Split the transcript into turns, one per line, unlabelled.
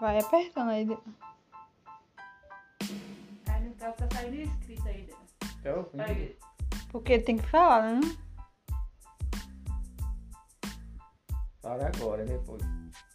Vai apertando aí. de-
Aí no caso só saiu escrito aí dentro.
Até o fim.
Aí,
Porque tem que falar, né?
Para agora, depois.